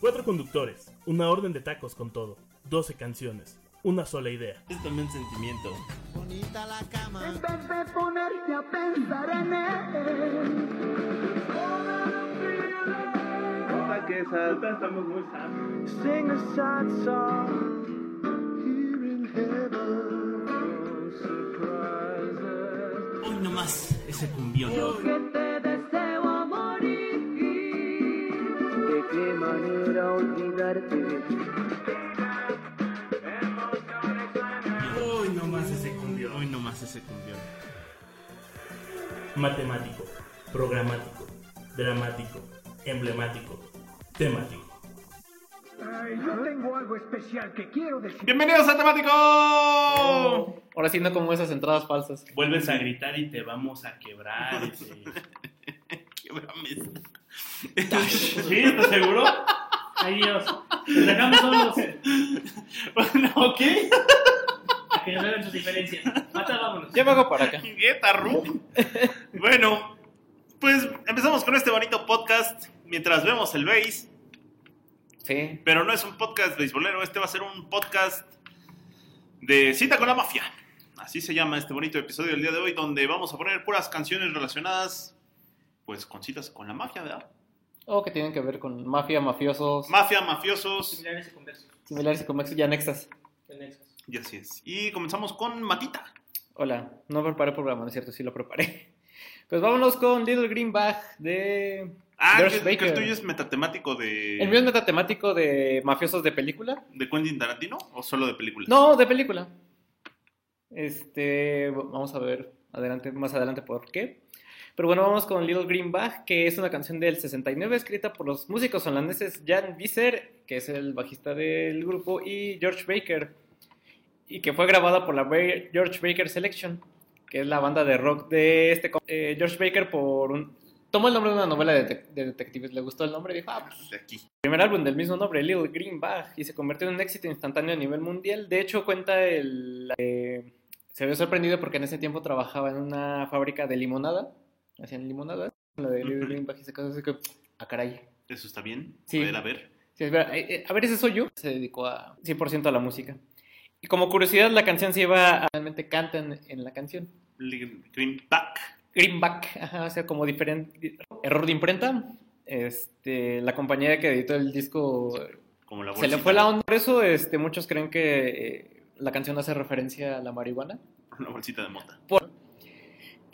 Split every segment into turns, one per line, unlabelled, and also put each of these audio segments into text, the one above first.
Cuatro conductores, una orden de tacos con todo, 12 canciones, una sola idea.
Es también sentimiento.
Bonita la cama.
vez de ponerte a pensar en él.
que salta, estamos muy sanos.
Sing a sad song here in heaven. No surprises.
Hoy nomás ese cumbión.
Que te deseo a morir. De qué manera olvidarte.
Hoy nomás ese cumbión. Hoy nomás ese cumbión.
Matemático, programático, dramático, emblemático, temático.
Yo tengo algo especial que quiero decir.
¡Bienvenidos a Temático! Oh. Ahora sí, no como esas entradas falsas.
Vuelves a gritar y te vamos a quebrar. ese.
Quiebrame esta.
¿Sí? ¿Estás seguro? Ay Dios. Nos dejamos solos.
Bueno, ok.
A que nos hagan sus diferencias. Mata, vámonos.
Ya vengo para acá.
Bueno, pues empezamos con este bonito podcast mientras vemos el base,
Sí.
pero no es un podcast beisbolero, este va a ser un podcast de cita con la mafia. Así se llama este bonito episodio del día de hoy, donde vamos a poner puras canciones relacionadas, pues con citas con la mafia, ¿verdad?
O que tienen que ver con mafia, mafiosos,
Mafia, mafiosos,
Similares y conversos.
similares y conexos y anexas.
El Nexus.
y así es. Y comenzamos con Matita.
Hola, no preparé programa, ¿no es cierto? Sí lo preparé. Pues vámonos con Little Greenback de...
Ah,
Josh
que, que el
Baker.
tuyo es metatemático de,
El mío es metatemático de mafiosos de película.
de Quentin Tarantino o solo de películas.
No, de película. Este, vamos a ver adelante, más adelante por qué. Pero bueno, vamos con Little Green Bag, que es una canción del 69 escrita por los músicos holandeses Jan Visser, que es el bajista del grupo, y George Baker, y que fue grabada por la Ba- George Baker Selection, que es la banda de rock de este... co- eh, George Baker por un... Tomó el nombre de una novela de, detec- de detectives, le gustó el nombre y dijo, ah, pues
De aquí.
primer álbum del mismo nombre, Little Green Bag, y se convirtió en un éxito instantáneo a nivel mundial. De hecho, cuenta el... eh, se había sorprendido porque en ese tiempo trabajaba en una fábrica de limonada, hacían limonada, la de Little Green Bag, y se quedó así que, ah, caray.
Eso está bien.
Sí.
A ver, a ver.
Sí, espera, eh, eh, a ver, ese soy yo. Se dedicó a 100% a la música. Y como curiosidad, la canción se iba a... Realmente cantan en la canción.
Greenback.
Greenback, ajá, o sea, como diferente... Error de imprenta. Este, la compañía que editó el disco
Como la
Se le
bolsita.
fue la onda. Por eso este, muchos creen que eh, la canción hace referencia a la marihuana.
Una bolsita de mota.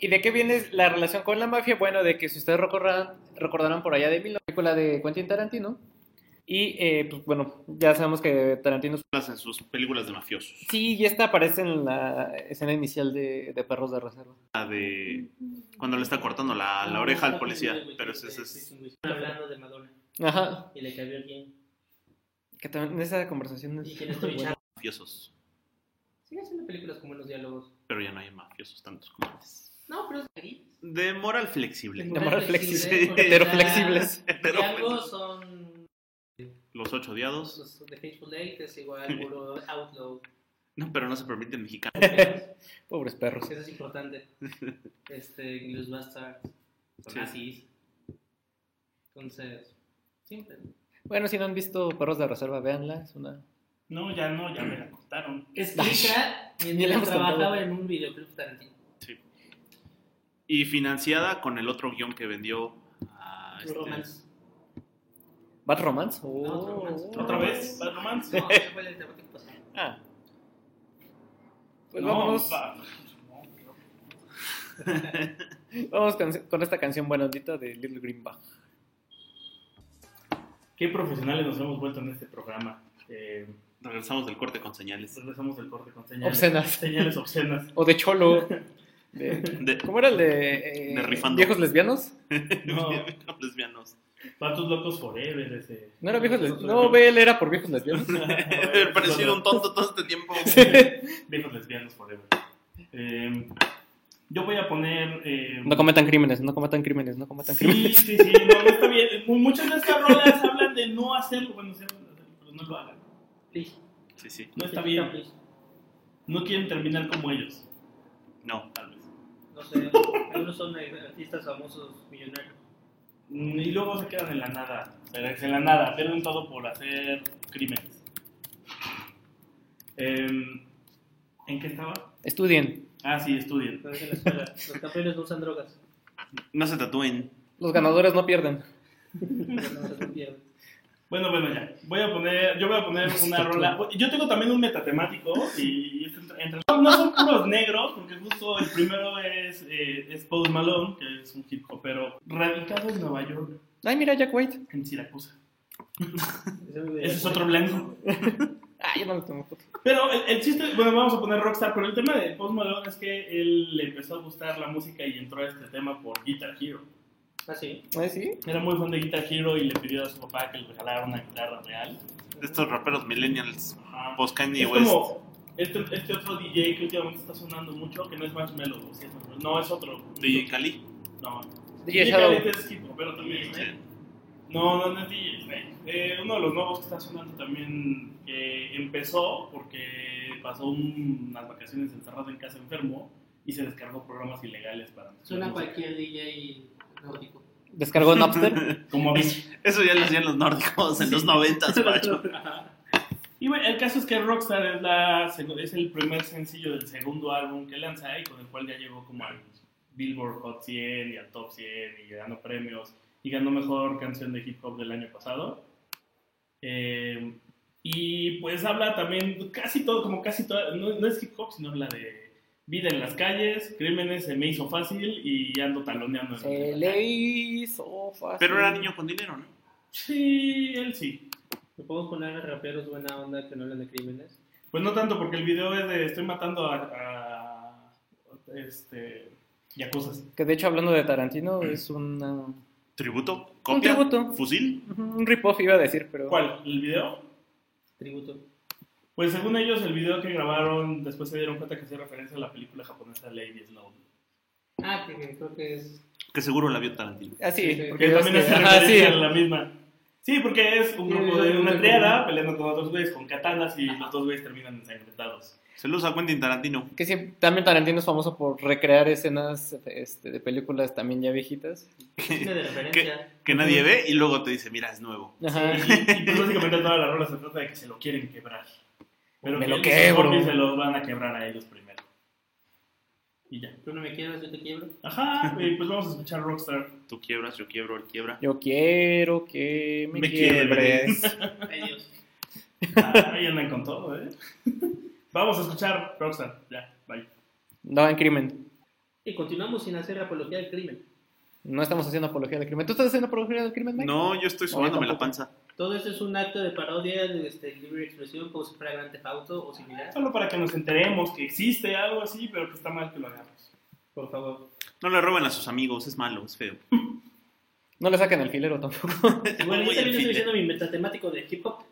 ¿Y de qué viene la relación con la mafia? Bueno, de que si ustedes recordarán, recordarán por allá de mil, la película de Quentin Tarantino. Y eh, pues bueno, ya sabemos que Tarantino.
En sus películas de mafiosos.
Sí, y esta aparece en la escena inicial de, de Perros de Reserva.
La de. Cuando le está cortando la, la oreja al policía. Pero ese ese es.
Hablando de Madonna.
Ajá,
Y le cabió alguien.
que también esa conversación
Y
es.
que no estoy echando.
Mafiosos.
Sigue haciendo películas con buenos diálogos.
Pero ya no hay mafiosos tantos como antes.
No, pero es aquí.
De moral flexible.
De moral
flexible,
flexibles.
porque
Heteroflexibles.
Pero- pues,
Diálogos son
Los ocho odiados.
los de Hateful Eight, es igual, puro Outlaw.
No, pero no se permiten mexicanos.
Eso
Pobres perros.
es importante. Este, los Bastards, son
Sí.
nazis. Entonces, siempre.
Bueno, si no han visto Perros de Reserva, véanla. Es una.
No, ya no, ya me la cortaron.
Escrita
Ni le
mientras
hemos contado.
trabajaba en un videoclub Tarantino.
Y financiada con el otro guión que vendió. A este-
Romance.
¿Bad Romance?
No, Bad Romance.
Oh.
¿Otra vez? ¿Bad Romance?
No, ese fue el debate que pasó.
Ah. Pues
No,
vamos,
va-
vamos con, con esta canción buenadita de Little Green Bag.
Qué profesionales nos hemos vuelto en este programa. Eh, pues
Regresamos del corte con señales.
regresamos del corte con señales.
Obscenas.
Señales obscenas.
O de Cholo. De-
De,
¿Cómo era el de, eh,
De rifando.
viejos lesbianos?
No.
lesbianos.
Patos locos forever. Ese.
No era viejos lesbianos.
Patos
No,
locos.
ve, él era por viejos lesbianos.
He parecido un tonto todo este tiempo.
Viejos lesbianos forever. Eh, yo voy a poner. eh,
no cometan crímenes, no cometan crímenes, no cometan
Sí,
crímenes.
sí, sí, no, no está bien. Mu- Muchas de estas rolas hablan de no hacerlo, bueno, sí hablan de hacerlo, pero no lo hagan.
Please,
Sí, sí.
No está
please,
bien.
please.
No quieren terminar como ellos,
No.
tal vez.
No sé, algunos son eh, artistas famosos millonarios.
Mm, Y luego se quedan en la nada. Pero es en la nada. Pierden todo por hacer crímenes. Em, ¿En qué estaba?
Estudien.
Ah, sí, estudien.
Lo dije en la escuela. Los campeones no usan drogas.
No se tatúen.
Los ganadores no pierden.
Los ganadores no pierden.
Bueno, bueno, ya. Voy a poner, yo voy a poner una rola. Yo tengo también un metatemático y este entra- entra- no, no son puros negros, porque justo el primero es, eh, es Post Malone, que es un hip hopero radicado en Nueva York,
Ay, mira, Jack White.
en Siracusa.
Ese me-
Ese es otro blanco.
Ah, yo no lo tomo foto.
Pero el, el chiste, bueno, vamos a poner Rockstar, pero el tema de Post Malone es que él le empezó a gustar la música y entró a este tema por Guitar Hero.
Ah, sí.
¿Ah, sí?
Era muy fan de Guitar Hero y le pidió a su papá que le regalara una guitarra real.
De estos raperos millennials.
Ajá.
Post Kanye
Es
West.
como este, este otro DJ que últimamente está sonando mucho, que no es Marshmello, ¿sí? no es otro.
DJ Cali.
No.
DJ
Khaled
Shadow.
es hip hopero también. ¿eh? No, no, no es DJ Snake. Eh, uno de los nuevos que está sonando también, que empezó porque pasó un- unas vacaciones encerrado en casa enfermo y se descargó programas ilegales para...
Suena cualquier DJ nórdico.
Descargó Napster.
Como bici.
Eso ya lo hacían los nórdicos en los noventas, macho.
Y bueno, el caso es que Rockstar es, la, seg- es el primer sencillo del segundo álbum que lanza y con el cual ya llegó como al Billboard Hot 100 y al Top 100 y ganó premios y ganó mejor canción de hip hop del año pasado. Eh, y pues habla también casi todo, como casi todo, no, no es hip hop, sino habla de vida en las calles, crímenes, se me hizo fácil y ando taloneando. en-
Se le hizo fácil.
Pero era niño con dinero, ¿no?
Sí, él sí.
¿Me puedo poner a raperos buena onda que no hablan de crímenes?
Pues no tanto, porque el video es de estoy matando a, a este yacuzas.
Que de hecho, hablando de Tarantino, es una... ujú,
Tributo. Copia.
tributo.
Fusil.
un rip-off, iba a decir, pero...
¿Cuál? ¿El video?
Tributo.
Pues según ellos, el video que grabaron, después se dieron cuenta que hacía referencia a la película japonesa Lady Snow.
Ah, que, que creo que es.
Que seguro la vio Tarantino.
Ah, sí.
Sí, sí.
Porque
yo
también
es que-
hace
Ajá, sí.
referencia a la misma. Sí, porque es un grupo de una triada peleando con otros güeyes con katanas y los dos güeyes terminan ensangrentados.
Se lo usa Quentin Tarantino.
Que sí, también Tarantino es famoso por recrear escenas este, de películas también ya viejitas.
Cine de referencia.
Que nadie ve y luego te dice, mira, es nuevo.
Ajá.
Y, y pues básicamente toda la rola se trata de que se lo quieren quebrar. Pero
Me
que
lo
los
quebro.
zombies se los van a quebrar a ellos primero. Y ya.
Tú no me quiebras, yo te quiebro.
Ajá, eh, pues vamos a escuchar Rockstar.
Tú quiebras, yo quiebro, él quiebra.
Yo quiero que me,
Me
quiebres.
Ay, Dios.
Ah, ahí andan con todo, ¿eh? Vamos a escuchar Rockstar. Ya, bye.
No, en crimen.
Y continuamos sin hacer apología del crimen.
No estamos haciendo apología del crimen. ¿Tú estás haciendo apología del crimen, Mike?
No, yo estoy
No,
subándome
yo
la panza.
Todo esto es un acto de parodia, de este, libre expresión, como si fuera Grand Theft Auto o similar.
Solo para que nos enteremos que existe algo así, pero que está mal que lo hagamos.
Por favor.
No le roben a sus amigos, es malo, es feo.
No le saquen el filero tampoco.
Bueno, yo
Muy
también estoy
enfile.
diciendo mi metatemático de hip hop.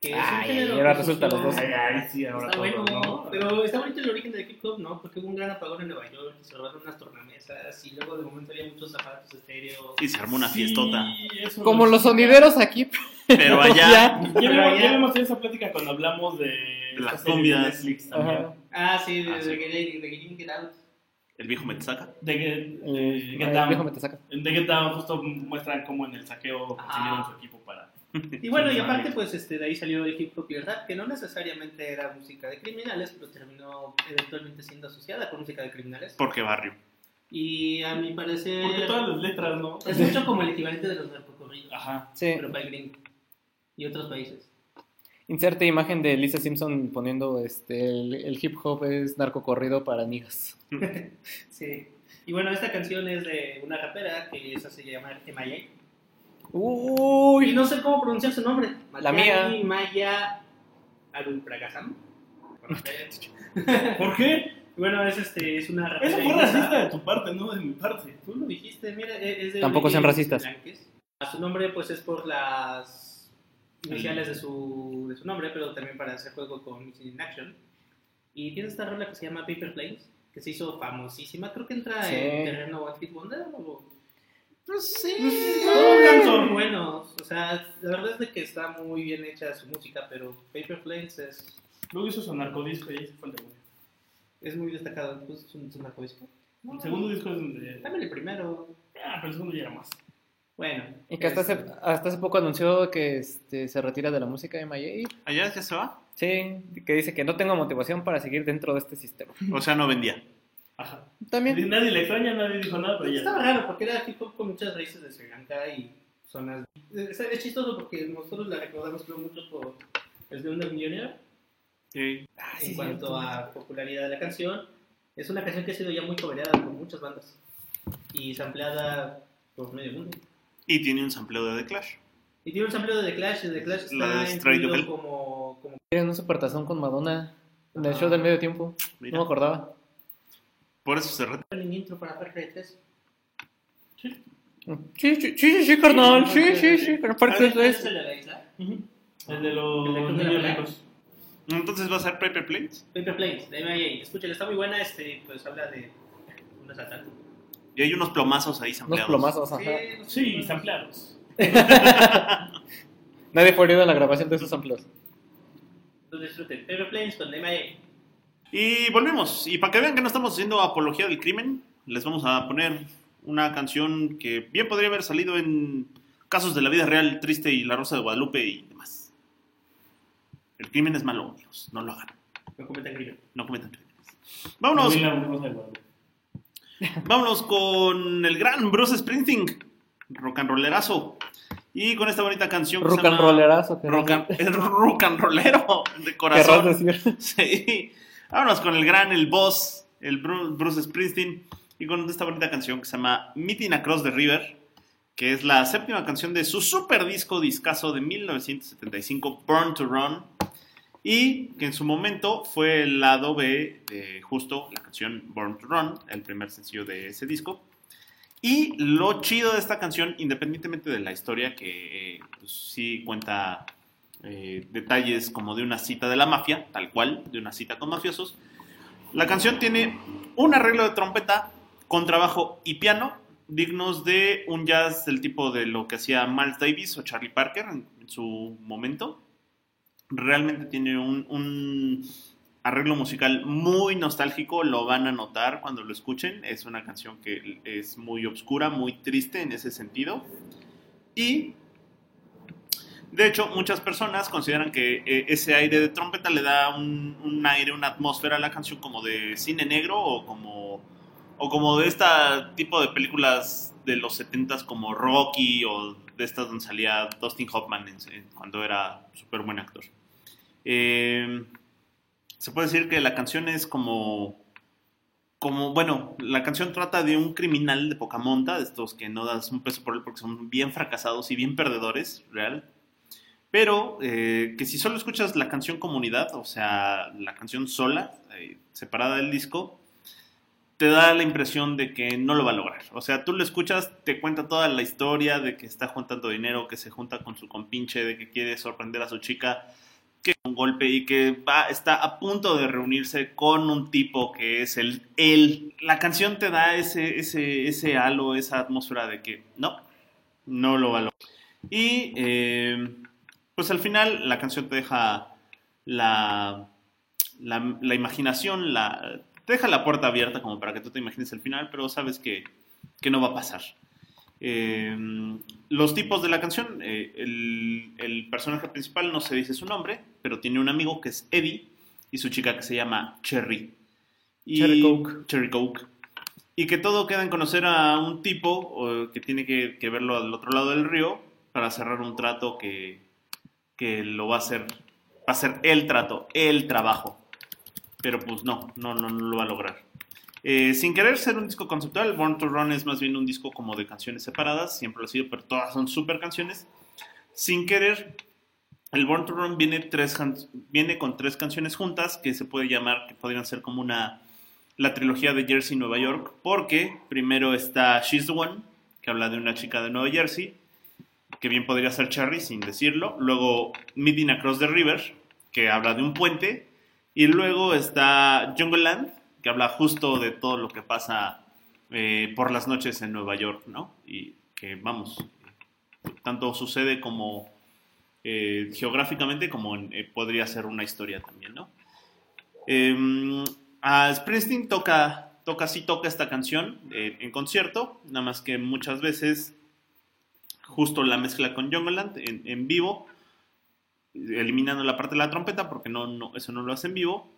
Que es un
Ay,
género
ahora
que
resulta
surgió-
los dos.
Ay, ay, sí, ahora
Está bueno,
todos, ¿no?
pero está bonito el origen del hip hop, ¿no? Porque hubo un gran apagón en Nueva York, se robaron unas tornamesas y luego de momento había muchos zapatos estéreo.
Y se armó una fiestota.
Sí, eso
Como
lo-
los sonideros aquí.
Pero allá,
Ya.
Ya
Pero
vimos,
allá-
ya vimos esa plática cuando hablamos de,
De las
esta serie de
cumbias.
Netflix también.
Ajá.
Ah, sí, de,
Ah, sí.
de, de- de Getting It Out.
el viejo Metzaca.
De que
Eh,
Get
ay,
Down.
déjame te saca.
en The Get Down justo muestran cómo en el saqueo consiguieron su equipo para.
Y bueno, y
Sí,
aparte,
sí.
pues este, de ahí salió el hip hop y el rap, que no necesariamente era música de criminales, pero terminó eventualmente siendo asociada con música de criminales.
Porque barrio.
Y a mi
Porque
parecer,
todas las letras, ¿no?
es mucho como el equivalente de los narcocorridos,
Ajá.
Sí.
pero para el gringo y otros países.
Inserte imagen de Lisa Simpson poniendo este el, el hip hop es narcocorrido para niggas.
Sí. Y bueno, esta canción es de una rapera que esa se llama M.I.A. Y
Uh, Uy.
no sé cómo pronunciar su nombre.
La mía.
Matyani Maya Arulpragasam.
¿Por qué?
Bueno, es, este, es una rapera.
Eso fue
inglesa.
racista de tu parte, no de mi parte.
Tú lo dijiste, mira. e- Es de
Tampoco sean
origen
racistas.
blanques. A su nombre, pues es por las iniciales de su, de su nombre, pero también para hacer juego con Missing in Action. Y tiene esta rola que se llama Paper Planes, que se hizo famosísima. Creo que entra
Sí.
en terreno One Hit Wonder o. No sé.
Todos
son
son
buenos. O sea, la verdad es de que está muy bien hecha su música, pero Paper Planes es,
Luego hizo su narcodisco y ahí se fue el demonio.
es muy destacado. Pues, es un es un narcodisco.
El segundo disco es donde.
También el primero.
Ah, pero el segundo ya era más.
Bueno.
Y que hasta hace,
este,
hasta hace poco anunció que este, se retira de la música de MIA.
¿Allá ya se va?
Sí, que dice que no tengo motivación para seguir dentro de este sistema.
O sea, no vendía.
Ajá.
También.
Nadie le extraña, nadie dijo nada, pero ya.
Estaba raro porque era hip hop con muchas raíces de Sri Lanka y zonas. eh, o sea, Es chistoso porque nosotros la recordamos creo mucho por el de Under Millionaire
Ah,
en
sí,
cuanto
cierto.
a popularidad de la canción. Es una canción que ha sido ya muy cobereada por muchas bandas y sampleada por medio mundo.
Y tiene un sampleo de The Clash.
Y tiene un sampleo de The Clash, y The Clash está
La de Straight
incluido
to Hell.
como, como...
Tienen un supertazón con Madonna en el
Ah.
show del medio tiempo.
Mira,
No me acordaba.
por eso se retira.
un intro para Far Cry 3.
Sí, sí, sí, sí, sí, carnal. Sí, sí, sí. Pero aparte de
¿Sabes cuál Ah, es
eso-
el de la isla?
El de los
El de los
niños
niños
ricos.
Entonces va a ser Paper Planes.
Paper Planes, de MIA. Escúchale, está muy buena, este, pues habla de un asaltante.
Y hay unos plomazos ahí
Unos
sampleados.
plomazos, ajá.
Sí,
no-
sampleados.
Nadie fue herido en la grabación de esos amplios.
Lo disfruten. Paper Planes con MIA.
Y volvemos. Y para que vean que no estamos haciendo apología del crimen, les vamos a poner una canción que bien podría haber salido en casos de la vida real, Triste y La Rosa de Guadalupe y demás. El crimen es malo, amigos. No lo hagan.
No cometan crimen.
No cometan crímenes. Vámonos,
También la Rosa de Guadalupe.
vámonos con el gran Bruce Springsteen, rock and rollerazo. Y con esta bonita canción que
Rock
se
and
llama
rollerazo. que-
Rock and- es rock and rollero de
Querrás
corazón.
decir.
Sí. Vámonos con el gran, el boss, el Bru- Bruce Springsteen. Y con esta bonita canción que se llama Meeting Across the River, que es la séptima canción de su super disco discazo de 1975, Burn to Run. Y que en su momento fue el lado B de justo la canción Born to Run, el primer sencillo de ese disco. Y lo chido de esta canción, independientemente de la historia, que eh, pues, sí cuenta eh, detalles como de una cita de la mafia, tal cual, de una cita con mafiosos. La canción tiene un arreglo de trompeta, contrabajo y piano, dignos de un jazz del tipo de lo que hacía Miles Davis o Charlie Parker en, en su momento. Realmente tiene un, un arreglo musical muy nostálgico, lo van a notar cuando lo escuchen. Es una canción que es muy obscura, muy triste en ese sentido. Y de hecho, muchas personas consideran que eh, ese aire de trompeta le da un, un aire, una atmósfera a la canción como de cine negro o como, o como de este tipo de películas de los 70s como Rocky o de estas donde salía Dustin Hoffman en- en- cuando era súper buen actor. Eh, se puede decir que la canción es como... Como, bueno, la canción trata de un criminal de poca monta, de estos que no das un peso por él porque son bien fracasados y bien perdedores, real, pero eh, que si solo escuchas la canción Comunidad, o sea, la canción sola, eh, separada del disco, te da la impresión de que no lo va a lograr. O sea, tú lo escuchas, te cuenta toda la historia de que está juntando dinero, que se junta con su compinche, de que quiere sorprender a su chica, que un golpe y que va, está a punto de reunirse con un tipo que es el él. La canción te da ese, ese, ese halo, esa atmósfera de que no, no lo va a lograr. Y eh, pues al final la canción te deja la, la, la imaginación, la, te deja la puerta abierta como para que tú te imagines el final, pero sabes que, que no va a pasar. Eh, los tipos de la canción, eh, el, el personaje principal no se dice su nombre, pero tiene un amigo que es Eddie y su chica que se llama Cherry. Y-
Cherry Coke.
Cherry Coke. Y que todo queda en conocer a un tipo eh, que tiene que, que verlo al otro lado del río para cerrar un trato que, que lo va a hacer, va a ser el trato, el trabajo. Pero pues no, no, no, no lo va a lograr. Eh, sin querer ser un disco conceptual, Born to Run es más bien un disco como de canciones separadas, siempre lo ha sido, pero todas son super canciones. Sin querer, el Born to Run viene, tres, can- viene con tres canciones juntas que se puede llamar, que podrían ser como una la trilogía de Jersey y Nueva York, porque primero está She's the One, que habla de una chica de Nueva Jersey, que bien podría ser Cherry sin decirlo. Luego Meeting Across the River, que habla de un puente. Y luego está Jungle Land, que habla justo de todo lo que pasa eh, por las noches en Nueva York, ¿no? Y que, vamos, tanto sucede como eh, geográficamente como en- eh, podría ser una historia también, ¿no? Eh, a Springsteen toca, toca, sí toca esta canción eh, en concierto, nada más que muchas veces justo la mezcla con Jungoland en, en vivo, eliminando la parte de la trompeta, porque no, no, eso no lo hace en vivo.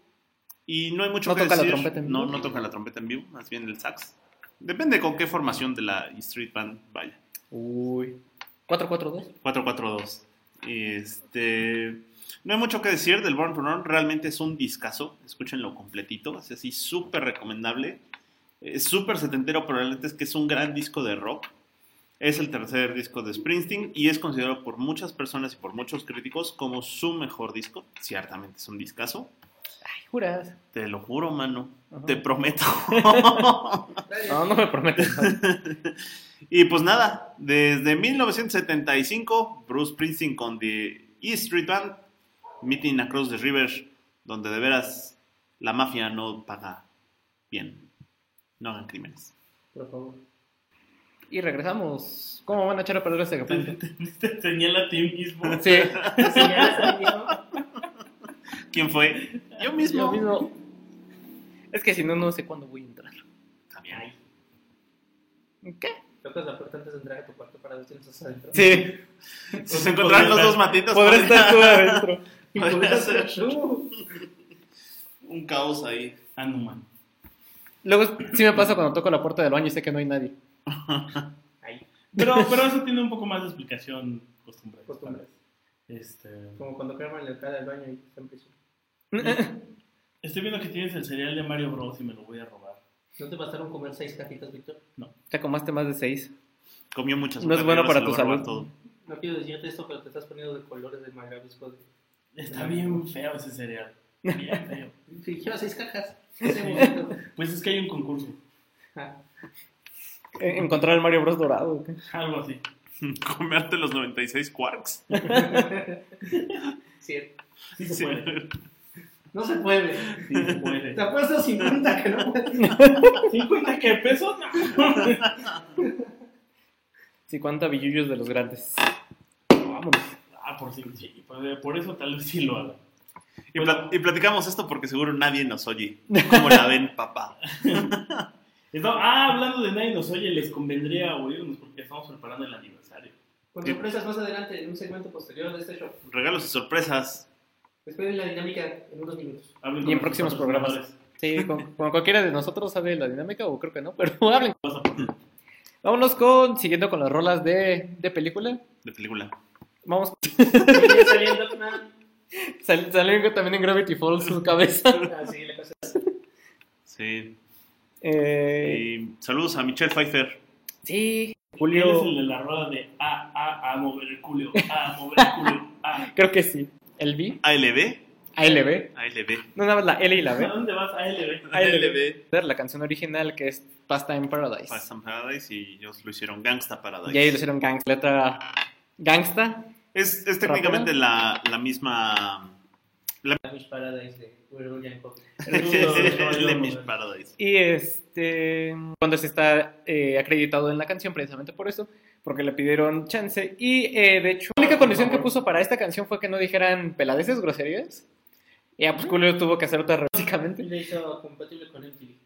Y no hay mucho
No
que
toca la
decir.
trompeta en
no,
vivo.
no toca la trompeta en vivo, más bien el sax. Depende con qué formación de la Street Band vaya.
Uy. 4-4-2.
4-4-2. Este, no hay mucho que decir del Born to Run. Realmente es un discazo. Escúchenlo completito. Es así súper recomendable. Es súper setentero, pero realmente es que es un gran disco de rock. Es el tercer disco de Springsteen y es considerado por muchas personas y por muchos críticos como su mejor disco. Ciertamente es un discazo.
Ay, juras.
Te lo juro, mano.
Ajá.
Te prometo.
No, no me prometes.
Y pues nada, desde 1975, Bruce Springsteen con The E Street Band, Meeting Across the River, donde de veras la mafia no paga bien. No hagan crímenes.
Por favor.
y regresamos. ¿Cómo van a echar a perder este capítulo?
Te señala a ti mismo.
Sí.
¿Quién fue? Yo mismo.
Lo mismo. Es que si no, no sé cuándo voy a entrar.
Está bien.
¿Qué?
Tocas la puerta antes de entrar a tu cuarto para ver si no estás adentro.
Sí.
Si Pues se encontraran los dos matitos,
Podré
podría-
estar tú adentro.
Y
podría
podrías
ser
ser tú.
un caos ahí.
Anuman.
Luego sí me pasa cuando toco la puerta del baño y sé que no hay nadie.
Ahí,
Pero, pero eso tiene un poco más de explicación costumbre.
costumbres.
Este,
Como cuando creman la cara del baño y siempre sí.
estoy viendo que tienes el cereal de Mario Bros y me lo voy a robar.
¿No te bastaron comer seis cajitas, Víctor?
Te comaste más de seis.
Comió muchas
No es
cosas,
bueno
se
para
lo
tu
va a robar
salud.
todo.
No quiero decirte esto, pero te estás poniendo de colores del magrabisco.
Está bien feo ese cereal. Bien feo.
Sí, lleva seis cajas. Ese momento.
Pues es que hay un concurso.
Ah,
Eh, Encontrar el Mario Bros. dorado. ¿qué?
Algo así.
Comerte los 96 quarks.
sí.
Sí se puede.
No se puede.
Sí se puede.
Te apuesto 50 que no puedes.
¿50 que pesos? No.
50 billullos de los grandes. Vámonos.
Ah, por, si- sí, por, por eso tal vez sí lo haga. Pues,
Y, pla- y platicamos esto porque seguro nadie nos oye. ¿Cómo la ven, papá?
Está- ah, hablando de nadie nos oye, les convendría oírnos porque estamos preparando el aniversario.
Con
Sí.
sorpresas más adelante, en un segmento posterior de este show.
Regalos y sorpresas.
Esperen la dinámica en unos minutos.
Hablen
Y
con
en
nuestros
próximos programas.
patrocinadores.
Sí, con, con cualquiera de nosotros sabe la dinámica o creo que no, pero hablen.
Vas a poner
Vámonos con, siguiendo con las rolas de, de película.
De película.
Vamos,
Ya salió Dogman.
sal- salió también en Gravity Falls su cabeza.
Ah, sí, la cosa.
Sí.
Eh,
Y saludos a Michelle Pfeiffer.
Él
sí,
es
Julio,
el de la rueda de ah, ah, ah, mover el culio, ah, mover el culio, ah.
creo que sí. El B,
ALB.
ALB.
ALB.
No, nada más la L y la
¿A
B.
dónde vas? A LB.
ALB. La canción original que es Pasta in Paradise.
Fast and Paradise y ellos lo hicieron Gangsta Paradise.
Y ahí lo hicieron gangsta. Letra gangsta.
Es, es técnicamente la, la misma.
La Mish Paradise de William Hope.
la misma Paradise.
Y este, cuando se está eh, acreditado en la canción, precisamente por eso, porque le pidieron chance. Y eh, de hecho, la única condición que puso para esta canción fue que no dijeran peladeces, groserías. Y ya, pues Julio tuvo que hacer otra re-
Y
básicamente.
le hizo compatible con MTV.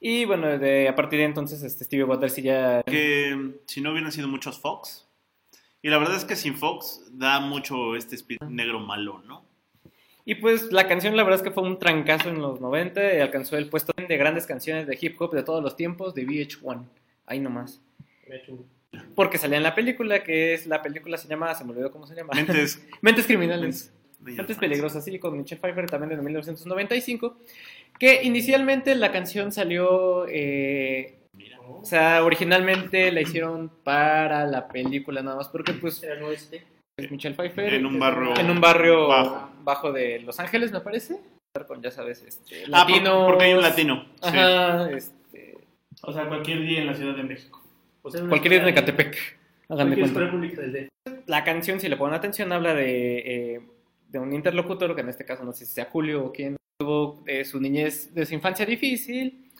Y bueno, de, a partir de entonces, este Stevie Wonder sí ya.
Que si no hubieran sido muchos Fox. Y la verdad es que sin Fox da mucho este espíritu negro malo, ¿no?
Y pues la canción, la verdad es que fue un trancazo en los 90. Y alcanzó el puesto de grandes canciones de hip hop de todos los tiempos de VH1. Ahí nomás.
Me ha hecho un-
Porque salía en la película, que es la película se llama, se me olvidó cómo se llama.
Mentes.
Mentes criminales.
Mentes
Fuentes peligrosas, sí, con Michelle Pfeiffer también de 1995, que inicialmente la canción salió, eh, o sea, originalmente la hicieron para la película nada más, porque pues
Era no este.
es Michelle Pfeiffer.
En un barrio.
en un barrio
bajo.
bajo. de Los Ángeles, me parece, con, ya sabes, este,
Ah, por-
latinos.
porque hay un latino. sí.
Ajá, este,
O sea, cualquier día en la Ciudad de México.
O sea, una
cualquier es de
ciudad-
Catepec, háganme
cualquier
cuenta.
escuela pública del DF.
la canción, si le ponen atención, habla de, eh, de un interlocutor, que en este caso no sé si sea Julio o quien tuvo eh, su niñez de su infancia difícil.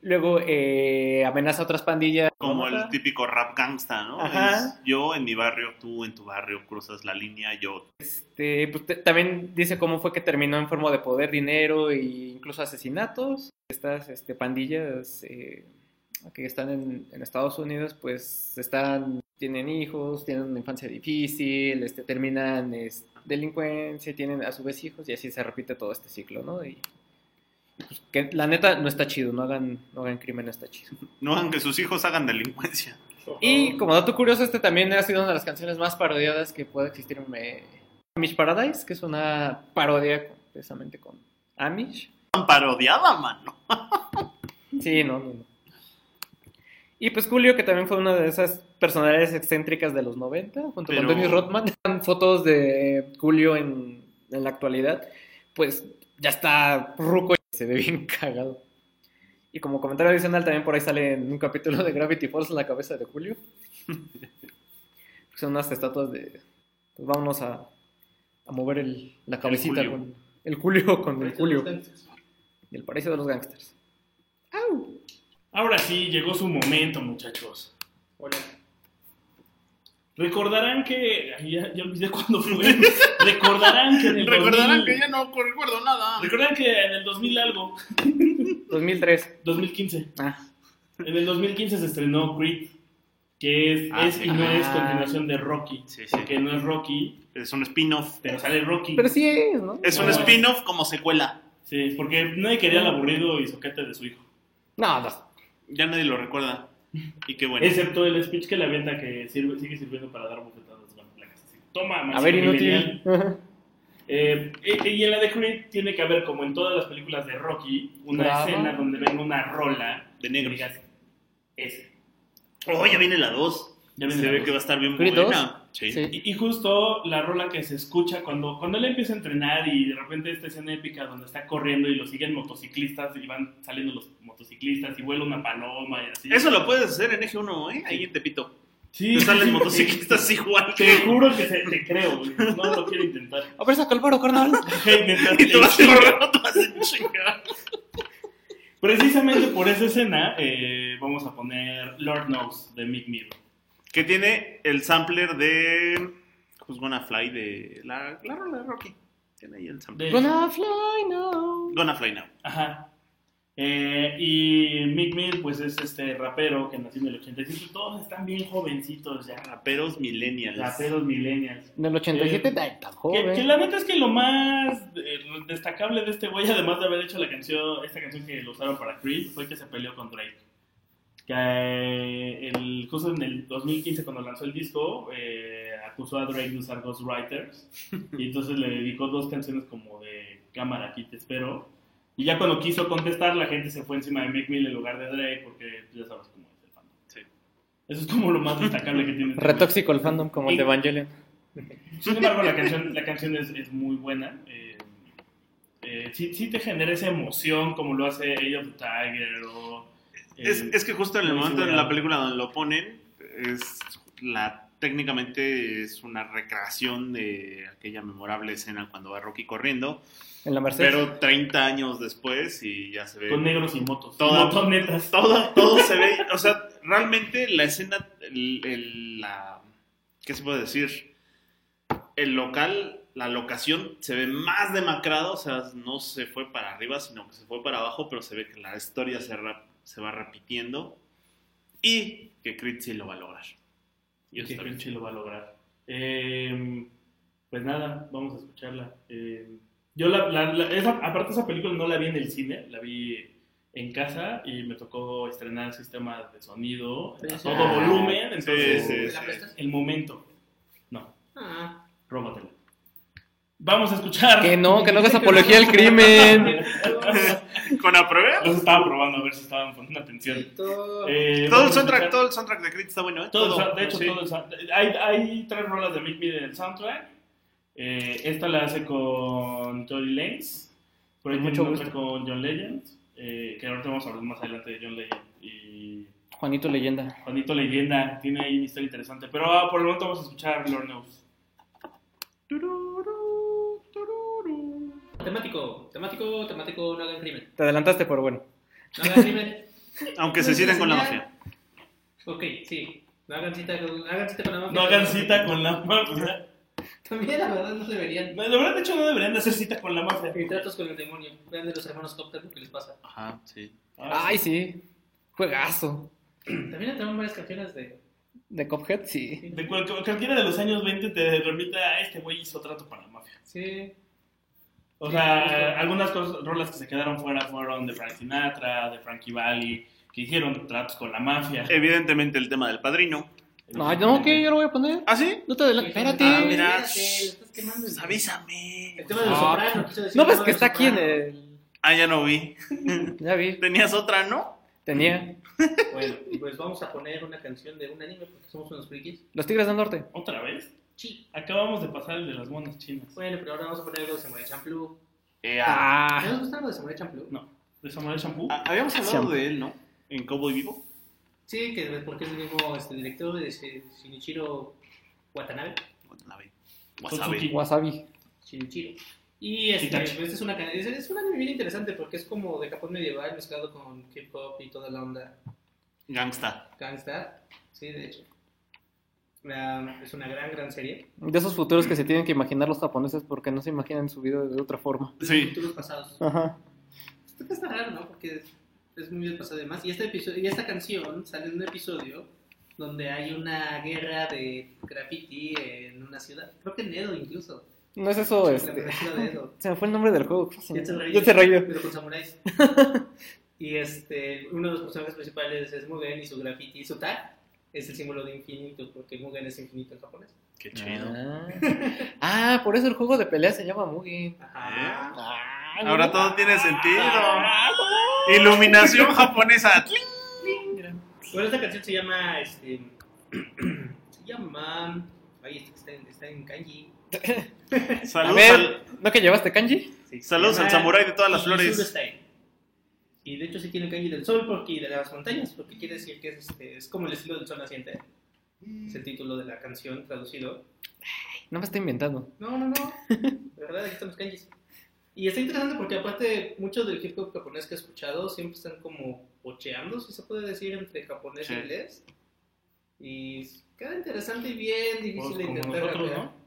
Luego eh, amenaza a otras pandillas.
Como
Ajá.
el típico rap gangsta, ¿no?
Ajá.
Es, yo en mi barrio, tú en tu barrio, cruzas la línea, yo.
Este, pues, te- también dice cómo fue que terminó en forma de poder, dinero e incluso asesinatos. Estas este, pandillas eh, que están en, en Estados Unidos, pues están tienen hijos, tienen una infancia difícil, este, terminan es, delincuencia, tienen a su vez hijos y así se repite todo este ciclo, ¿no? Y, y pues, que la neta no está chido, no hagan, no hagan crimen, no está chido.
No hagan que sus hijos hagan delincuencia.
Y como dato curioso, este también ha sido una de las canciones más parodiadas que puede existir en eh, Amish Paradise, que es una parodia precisamente con Amish.
Tan parodiada, mano.
Sí, no, no, no. Y pues Julio, que también fue una de esas personalidades excéntricas de los 90, junto
Pero-
con Tony Rothman, Están fotos de Julio en, en la actualidad, pues ya está ruco y se ve bien cagado. Y como comentario adicional, también por ahí sale en un capítulo de Gravity Falls la cabeza de Julio. Son unas estatuas de... Pues vámonos a, a mover el- la cabecita
Julio.
con el Julio, con el Julio.
Entonces,
Y el paraíso de los gangsters.
Ahora sí, llegó su momento, muchachos.
Hola.
Recordarán que. ay, Ya, ya olvidé cuándo fue. Recordarán que en el 2000
no recuerdo nada.
Recordarán que en el 2000 algo,
2003.
2015.
Ah.
En el 2015 se estrenó Creed, que es,
Ah,
es
sí.
y no es
Ah.
continuación de Rocky.
Sí, sí.
Porque no es Rocky,
Es un spin-off.
pero sale Rocky.
Pero sí es, ¿no?
Es un
Ah.
spin-off como secuela.
Sí, porque nadie quería el aburrido y soquete de su hijo.
No, no.
Ya nadie lo recuerda. Y qué bueno.
Excepto el speech que le avienta que sirve, sigue sirviendo para dar bofetadas. bueno, la casa, sí. Toma,
A
Maxi,
ver,
millennial.
inútil. Ajá.
Eh, y y en la de Creed tiene que haber, como en todas las películas de Rocky, una
Bravo.
escena donde venga una rola
De negros.
y digas, ese.
Oh, ya viene la 2.
Ya viene
Se
la
ve
voz.
que va a estar bien
¿Creed
buena. Sí.
Sí.
Y, y justo la rola que se escucha cuando, cuando él empieza a entrenar y de repente esta escena épica donde está corriendo y lo siguen motociclistas y van saliendo los motociclistas y vuela una paloma y así.
Eso lo puedes hacer en Eje 1, ¿eh? Ahí en Tepito.
sí,
Te
sí,
salen
sí.
motociclistas igual
Te
que...
juro que se- te creo, güey. no lo quiero intentar.
A ver, saca el paro, carnal.
Mientras
Y
te
tú vas
chingas.
corriendo, te vas a chingar.
Precisamente por esa escena eh, vamos a poner Lord Knows de Mick Miller.
Que tiene el sampler de... Who's Gonna Fly de... La, la rola de Rocky. Tiene ahí el
De-
sampler.
Gonna fly now.
Gonna Fly Now.
Ajá. Eh, y Mick Mill, pues es este rapero que nació en el 85. Todos están bien jovencitos ya.
Raperos millennials.
Raperos millennials.
En el 87,
Eh,
ay,
Que,
tan
que
joven.
la neta es que lo más eh, destacable de este güey, además de haber hecho la canción, esta canción que lo usaron para Creed, fue que se peleó con Drake. Que eh, el, justo en el 2015 cuando lanzó el disco, eh, acusó a Drake de usar Ghostwriters y entonces le dedicó dos canciones como de cámara, aquí te espero. Y ya cuando quiso contestar, la gente se fue encima de Mick Mill en lugar de Drake porque ya sabes cómo es el fandom.
Sí.
Eso es como lo más destacable que tiene. este güey.
Retóxico el fandom como el de Evangelion.
Sin embargo, la canción, la canción es, es muy buena. eh, eh, sí, sí te genera esa emoción como lo hace Age of the Tiger o... eh,
Es, es que justo en el
muy
momento en
similar.
la película donde lo ponen, es la técnicamente es una recreación de aquella memorable escena cuando va Rocky corriendo,
En la Mercedes.
pero 30 años después y ya se ve
Con negros y motos.
Toda-
Motonetas.
todo, todo se ve, o sea, realmente la escena, el- el- la, ¿qué se puede decir? El local, la locación se ve más demacrada, o sea, no se fue para arriba, sino que se fue para abajo, pero se ve que la historia se, ra- se va repitiendo y que Creed sí lo va a lograr. Y
Y
eso
que
está bien
Crunchy
chido.
lo va a lograr. Eh, pues nada, vamos a escucharla. Eh, yo la, la- la- esa- aparte esa película no la vi en el cine, la vi en casa y me tocó estrenar sistemas de sonido a todo
Ah,
volumen, entonces
sí, sí,
¿La
sí.
prestas?
el momento. No,
Ah,
Róbatela. Vamos a escuchar.
Que no, que no hagas apología al crimen.
¿Con aprobé?
Los estaba probando a ver si estaban poniendo atención.
todo.
Eh,
Todo el
vamos a
soundtrack,
escuchar-
todo el soundtrack de Creed está bueno, ¿eh?
todo el sound- de hecho,
sí.
todo el sound- hay, hay tres rolas de Mick Miller en el soundtrack. Eh, esta la hace con Tory Lanez. Por ahí
Con
tiene
mucho
otra con John Legend. eh, que ahorita vamos a hablar más adelante de John Legend. Y
Juanito Leyenda.
Juanito Leyenda tiene ahí una historia interesante. Pero ah, por el momento vamos a escuchar Lord Knows.
Temático, temático, temático, no hagan crimen.
Te adelantaste, pero bueno.
No hagan crimen.
Aunque se sientan con la mafia.
Ok, sí. No hagan cita con, no hagan cita con la mafia.
No hagan cita con la mafia.
También, la verdad, no deberían.
No, La verdad, de hecho, no deberían de hacer cita con la mafia.
Y tratos con el demonio. Vean de los hermanos Copter lo que les pasa.
Ajá, Ah, sí.
Ay, sí. Juegazo.
También entraron varias canciones de,
De Cophead, sí.
De cual- cualquiera de los años 20 te remite a este güey hizo trato para la mafia.
Sí.
O
Sí,
sea,
justo.
algunas cosas, rolas que se quedaron fuera fueron de Frank Sinatra, de Frankie Valli, que hicieron tratos con la mafia.
Evidentemente el tema del padrino.
No, no, ¿qué? Yo lo voy a poner.
¿Ah, sí?
No te adelantes. Espérate.
Ah, mira.
Espérate, lo estás quemando.
Pues avísame.
El tema de los
Ah.
sopranos. quiero decir,
No
el
ves
tema
que
de los
está aquí en
Sopranos.
el.
Ah, ya no vi.
Ya vi.
Tenías otra, ¿no?
Tenía.
Bueno, y pues vamos a poner una canción de un anime porque somos unos frikis.
Los Tigres del Norte.
¿Otra vez?
Sí.
Acabamos de pasar el de las monas chinas.
Bueno, pero ahora vamos a poner algo de Samurai Champloo.
Eh,
¿Te
Ah.
nos gusta algo de Samurai Champloo?
No. ¿De Samuel Shampoo?
Ah, Habíamos hablado de él, ¿no? En Cowboy Vivo.
Sí, que porque es el mismo este, director de Shi- Shinichiro Watanabe.
Watanabe. Wasabi.
Totsuki.
Wasabi.
Shinichiro. Y este,
Hitachi.
pues, es, una, ca- es, es un anime bien interesante porque es como de Japón medieval mezclado con hip hop y toda la onda
Gangsta.
gangsta. Sí, de hecho. La- es una gran, gran serie.
De esos futuros que se tienen que imaginar los japoneses porque no se imaginan su vida de otra forma.
Sí.
Futuros pasados.
Ajá.
Esto que está raro, ¿no? Porque es, es muy del pasado además. Y este episodio, y esta canción sale en un episodio donde hay una guerra de graffiti en una ciudad. Creo que en Edo incluso.
No es eso,
La
este.
prefectura de Edo.
Se me fue el nombre del juego.
Ya te reí.
Yo te rollo.
Pero con samuráis. y este, uno de los personajes principales es Mugen y su graffiti, su tag, es el símbolo de infinito, porque Mugen es infinito en japonés.
Qué chido.
Ah, por eso el juego de pelea se llama Mugen.
Ajá.
Ah, Ahora todo tiene sentido. Iluminación japonesa.
Bueno, esta canción se llama, este, se llama, ay, este que está en, está en kanji.
A
Saludos al,
ver, ¿no que llevaste kanji?
Sí, se
saludos
llama
al samurái de todas las
Kizuga
flores.
Style. Y de hecho sí tiene kanji del sol porque, y de las montañas, porque quiere decir que es, este, es como el estilo del sol naciente. Es el título de la canción traducido.
No me está inventando.
No, no, no. De verdad, aquí están los kanjis. Y está interesante porque aparte muchos del hip hop japonés que he escuchado siempre están como pocheando, si se puede decir, entre japonés
Sí.
e inglés. Y queda interesante y bien difícil
Pues
de
como
intentar
nosotros,
rapear.
¿no?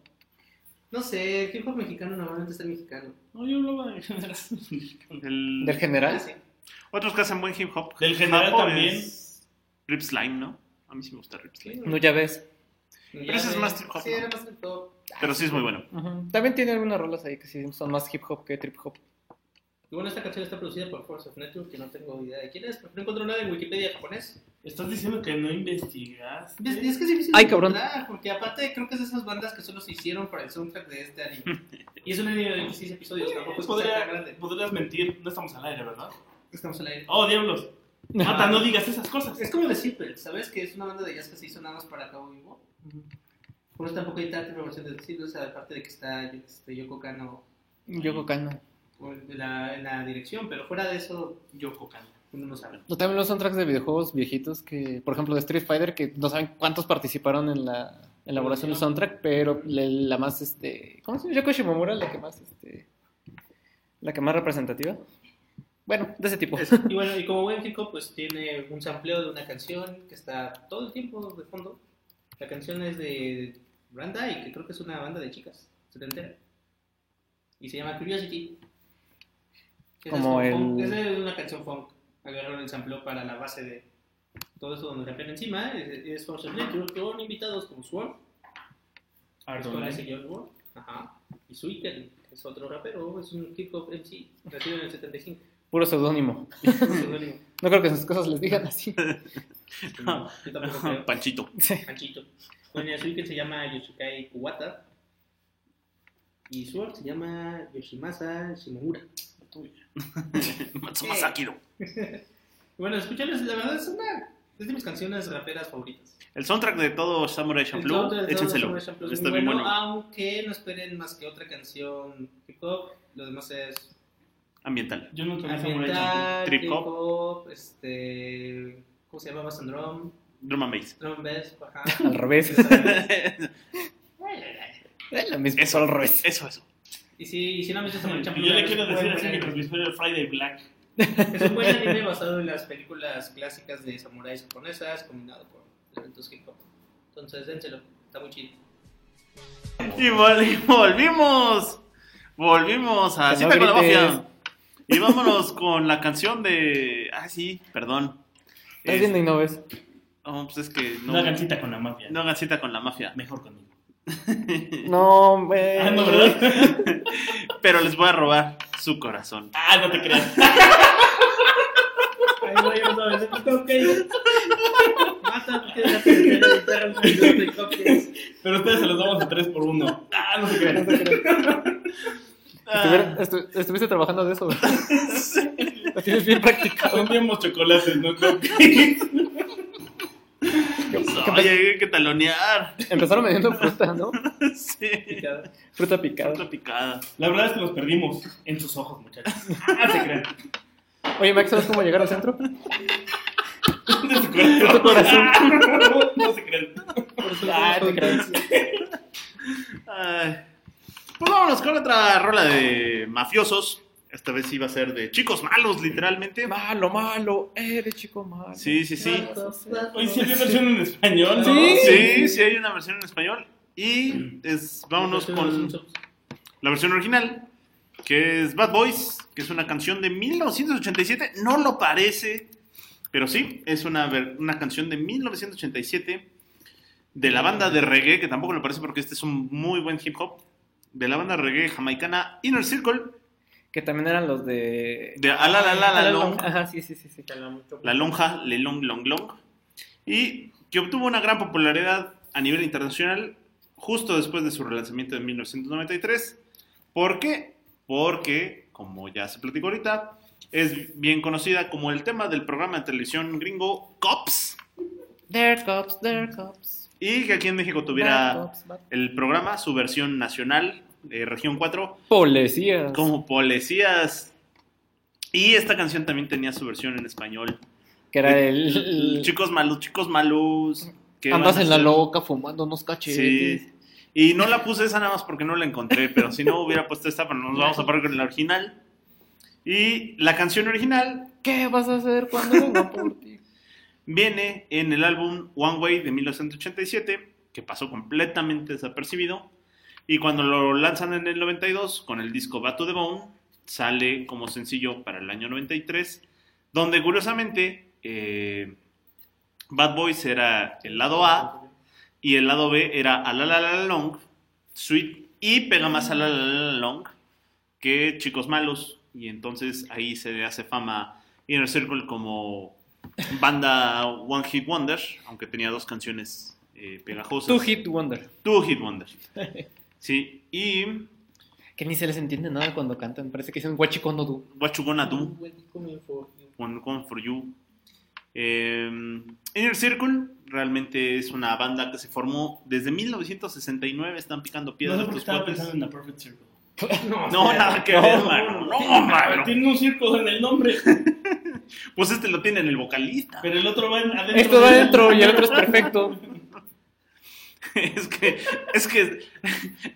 No sé, el hip hop mexicano normalmente está en mexicano.
No, yo hablaba de generación.
El-
¿Del general?
Ah, Sí.
Otros que hacen buen hip hop.
Del general
Japo
también.
es Rip Slime, ¿no? A mí sí me gusta Rip Slime.
No, ya ves.
Ya
ese es
ves.
más trip hop,
Sí,
¿no?
era más trip hop.
Pero sí es muy bueno.
Ujú. También tiene algunas rolas ahí que sí son más hip hop que trip hop.
Y bueno, esta canción está producida por Force of Network, que no tengo idea de quién es, pero no encontré nada en Wikipedia japonés.
Estás diciendo que no investigaste.
Es, es que es difícil
Ay,
de
cabrón.
encontrar, porque aparte creo que es de esas bandas que solo se hicieron para el soundtrack de este anime. y es un anime de 16 episodios, tampoco es que sea
Podría-
tan grande.
podrías mentir, no estamos al aire, ¿verdad?
Estamos al aire.
Oh, diablos. Mata, no digas esas cosas.
Es como The Simple, ¿sabes? Que es una banda de jazz que se hizo nada más para Cabo Vivo. Por eso tampoco hay tanta información de The Simple, o sea, aparte de que está este, Yoko Kano
Yoko Kano.
en la, en la dirección, pero fuera de eso
Yo cocando.
uno no sabe.
No, también los soundtracks de videojuegos viejitos que, por ejemplo, de Street Fighter, que no saben cuántos participaron en la elaboración del soundtrack, pero la, la más, este, ¿cómo se llama? Yoko Shimomura, la que más, este, la que más representativa. Bueno, de ese tipo.
Y bueno, y como buen hip hop, pues tiene un sampleo de una canción que está todo el tiempo de fondo. La canción es de Brandai, que creo que es una banda de chicas, setentera. Y se llama Curiosity. Esa
Como
es
el-
funk, esa es una canción funk. Agarraron el sampleo para la base de todo eso donde rapean encima. Es, es Force of Nature con invitados como Swarm, con
Pues, eh.
ese George Ward, ajá, y Suiter, que es otro rapero, es un hip hop MC, nacido en el 75.
Puro seudónimo.
Seudónimo.
No creo que sus cosas les digan así.
No, yo tampoco creo.
Panchito.
Sí.
Panchito. Bueno, el que se llama Yoshikai Kuwata. Y Sword se llama Yoshimasa Shimomura.
Matsuma Sakido.
Bueno, escúchales, la verdad es una es de mis canciones raperas favoritas.
El soundtrack de todo Samurai Champloo,
Entonces,
échenselo.
Samurai Champloo es
Está
muy
bien bueno.
Aunque no esperen más que otra canción hip hop, lo demás es
Ambiental.
Yo nunca vi Samurai Champloo.
ambiental,
Trip
trip
hop.
hop, este, ¿cómo se llama? Bass and drum,
Drum and bass.
drum and bass, ajá.
Al revés. Es lo mismo,
Eso.
solo al revés.
Eso, eso.
Y si, y si no han visto Samurai Champloo,
Yo le
vean,
quiero
es un
decir
buen
así
anime.
mi transmisor Friday Black.
Es un buen anime basado en las películas clásicas de samuráis japonesas, combinado con elementos hip hop. Entonces, dénselo, está muy chido.
Y vol- volvimos. Volvimos a
Que no
Cita con la
grites.
Mafia. Y vámonos con la canción de. Ah, sí, perdón.
Estás
Es-
viendo y no ves.
No, pues es que no.
No hagan cita con la mafia.
No hagan cita con la mafia.
Mejor conmigo.
No, güey.
Ah, no, ¿verdad?
Pero les voy a robar su corazón.
Ah, no te creas.
Ay, no, yo no sabes, es un cupcake. Mata, tú tienes la pelea de perros con los cupcakes.
Pero ustedes se los damos a 3 por 1 Ah, no te creas.
Estuviera- estu- estuviste trabajando de eso, güey. Lo tienes bien practicado.
Vendíamos chocolates, ¿no? Creo que-
Oye, hay que talonear.
Empezaron vendiendo fruta, ¿no?
Sí.
Picada.
Fruta picada.
Fruta picada.
La verdad es que los perdimos en sus ojos, muchachos. Ah, se crean.
Oye, Max, ¿sabes cómo llegar al centro?
De su corazón.
Tu corazón.
Ah, no, no se crean.
Por eso
Ah,
somos
te creas.
convivencia.
Ay. Pues vámonos con otra rola de mafiosos. Esta vez iba a ser de chicos malos, literalmente.
Malo, malo. Eres chico malo.
Sí, sí, sí.
Oye, sí había versión en español, ¿no?
Sí.
Sí, sí hay una versión en español. Y es, vámonos
Por eso somos
con
convivencia.
la versión original, que es Bad Boys, que es una canción de 1987. No lo parece, pero sí, es una, ver- una canción de 1987 de la banda de reggae, que tampoco lo parece porque este es un muy buen hip hop, de la banda reggae jamaicana Inner Circle,
Que también eran los de.
de Ala La La La Long,
Ajá, sí, sí, sí. sí.
La Lonja, Le Long Long Long, y que obtuvo una gran popularidad a nivel internacional justo después de su relanzamiento en 1993. ¿Por qué? Porque, como ya se platicó ahorita, es bien conocida como el tema del programa de televisión gringo Cops,
There cops, there cops.
y que aquí en México
bad
tuviera
cops, bad-
el programa, su versión nacional, eh, Región 4,
Policías.
como policías. Y esta canción también tenía su versión en español.
Que era el.
Chicos malos, chicos malos. que
Andas
van a
en la
ser-
loca fumando unos cachetes.
Sí. Y no la puse esa nada más porque no la encontré, pero si no hubiera puesto esta, pero nos vamos a parar con la original. Y la canción original
¿Qué vas a hacer cuando venga por ti?
viene en el álbum One Way de 1987, que pasó completamente desapercibido. Y cuando lo lanzan en el 92 con el disco Bato de Bone, sale como sencillo para el año 93, donde curiosamente eh, Bad Boys era el lado A y el lado B era a la la la la long, sweet y pega más a la la la la long que chicos malos y entonces ahí se le hace fama Inner Circle como banda One Hit Wonder, aunque tenía dos canciones eh, pegajosas.
Two Hit Wonder.
Two Hit Wonder. Sí, y
Que ni se les entiende nada cuando cantan. Parece que dicen guachicondo du.
What You Gonna Do,
Welcome for you.
One Come For You. Eh, Inner Circle realmente es una banda que se formó desde 1969, están picando
No
piedras
sé por qué
estos
estaba
cuates.
pensando en la Perfect Circle.
No, nada que ver, mano. No, mano.
Tiene un circo en el nombre,
Pues este lo tiene en el vocalista.
pero el otro va en- adentro.
Esto va
de-
adentro y el otro es perfecto.
Es que, es que,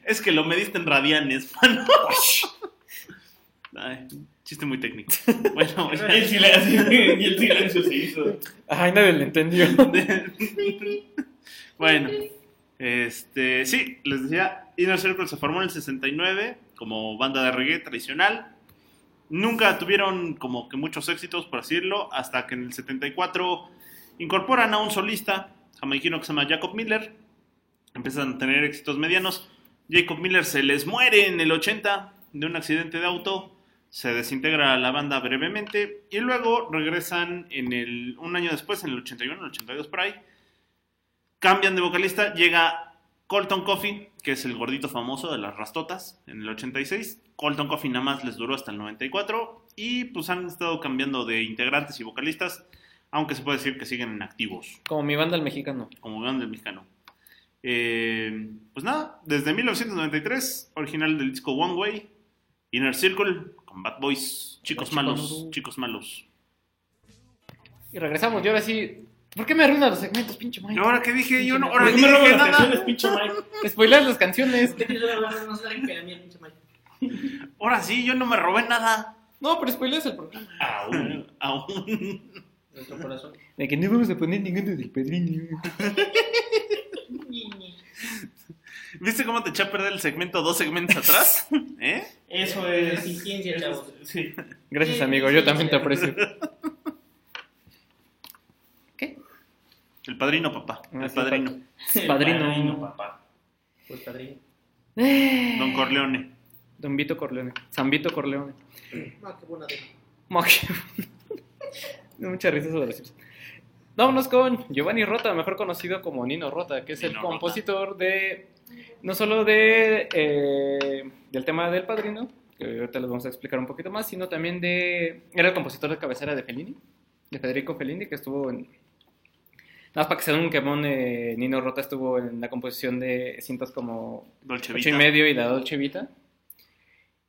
es que lo mediste en radianes, mano. Ay, chiste muy técnico. Bueno,
Y
ya.
el silencio, y el silencio se hizo.
Ay, nadie le entendió.
bueno, este, sí, les decía, Inner Circle se formó en el 69 como banda de reggae tradicional. Nunca tuvieron como que muchos éxitos, por así decirlo, hasta que en el 74 incorporan a un solista jamaiquino que se llama Jacob Miller. Empiezan a tener éxitos medianos. Jacob Miller se les muere en el 80 de un accidente de auto se desintegra la banda brevemente y luego regresan en el un año después, en el 81, el 82 por ahí. Cambian de vocalista, llega Colton Coffee, que es el gordito famoso de las rastotas, en el 86. Colton Coffee nada más les duró hasta el 94 y pues han estado cambiando de integrantes y vocalistas, aunque se puede decir que siguen activos
Como mi banda el mexicano.
como grande del mexicano. Eh, pues nada, desde 1993, original del disco One Way, Inner Circle, con Bad Boys, chicos
Chicos
malos,
malos.
chicos malos.
Y regresamos. Y ahora sí. ¿Por qué me arruinas los segmentos, pinche Mike?
¿Y ahora qué dije? Yo no,
¿Por
ahora
¿Por
ni
qué me roban
dije
las canciones,
nada.
pinche Mike?
Spoileas las canciones.
Te quiero hablar más larga que la mía, pinche Mike.
Ahora sí, yo no me robé nada.
No, pero spoileas el programa.
Aún.
Aún.
Nuestro corazón.
De que no vamos a poner ninguno del Pedriño.
¿Viste cómo te eché a perder el segmento dos segmentos atrás? ¿Eh?
Eso es.
Eficiencia, chavos.
Sí.
Gracias, amigo. Yo también te aprecio. ¿Qué?
El padrino, papá.
Ah,
El
sí,
padrino.
El
Padrino.
papá.
Pues padrino.
Don Corleone.
Don Vito Corleone. San Vito Corleone.
Ah, qué buena de.
Mo- Me da Mucha risa eso de los Simpsons. Vámonos con Giovanni Rota, mejor conocido como Nino Rota, que es el
Nino Rota.
compositor de. No solo de eh, del tema del padrino, que ahorita les vamos a explicar un poquito más, sino también de. Era el compositor de cabecera de Fellini, de Federico Fellini, que estuvo en. Nada más para que se den un quemón, eh, Nino Rota estuvo en la composición de cintas como
Dolce
Ocho y
Vita.
medio y la Dolce Vita.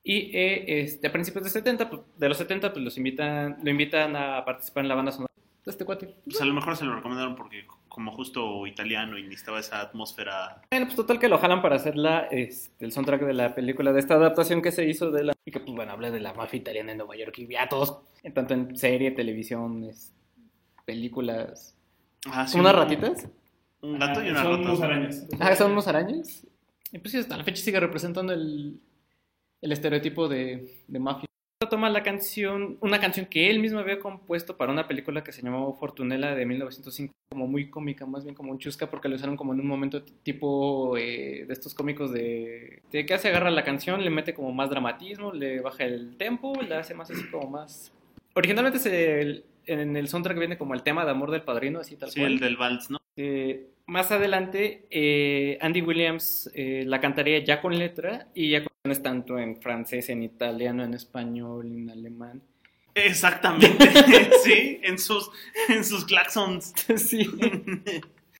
Y eh, este, a principios de 70, pues, de los 70, pues los invitan, lo invitan a participar en la banda sonora de este cuate.
Pues a lo mejor se lo recomendaron porque como justo italiano y necesitaba esa atmósfera.
Bueno, pues total que lo jalan para hacer la, este, el soundtrack de la película, de esta adaptación que se hizo de la... Y que pues bueno, habla de la mafia italiana en Nueva York y ya todos, en tanto en serie, televisión, es- películas...
Ah, sí,
¿Son unas
un-
ratitas?
Un gato y una
Son
rata.
unos arañas.
Ah, son unos arañas. Y pues sí, hasta la fecha sigue representando el, el estereotipo de, de mafia. Toma la canción, una canción que él mismo había compuesto para una película que se llamó Fortunela de 1905, como muy cómica, más bien como un chusca, porque lo usaron como en un momento t- tipo eh, de estos cómicos de, de que hace agarra la canción, le mete como más dramatismo, le baja el tempo, la hace más así como más. Originalmente se- el- en el soundtrack viene como el tema de amor del padrino, así tal
Sí,
cual.
el del vals, ¿no?
Eh, más adelante, eh, Andy Williams eh, la cantaría ya con letra y ya con canciones tanto en francés, en italiano, en español, en alemán.
Exactamente. sí, en sus, en sus claxons.
sí.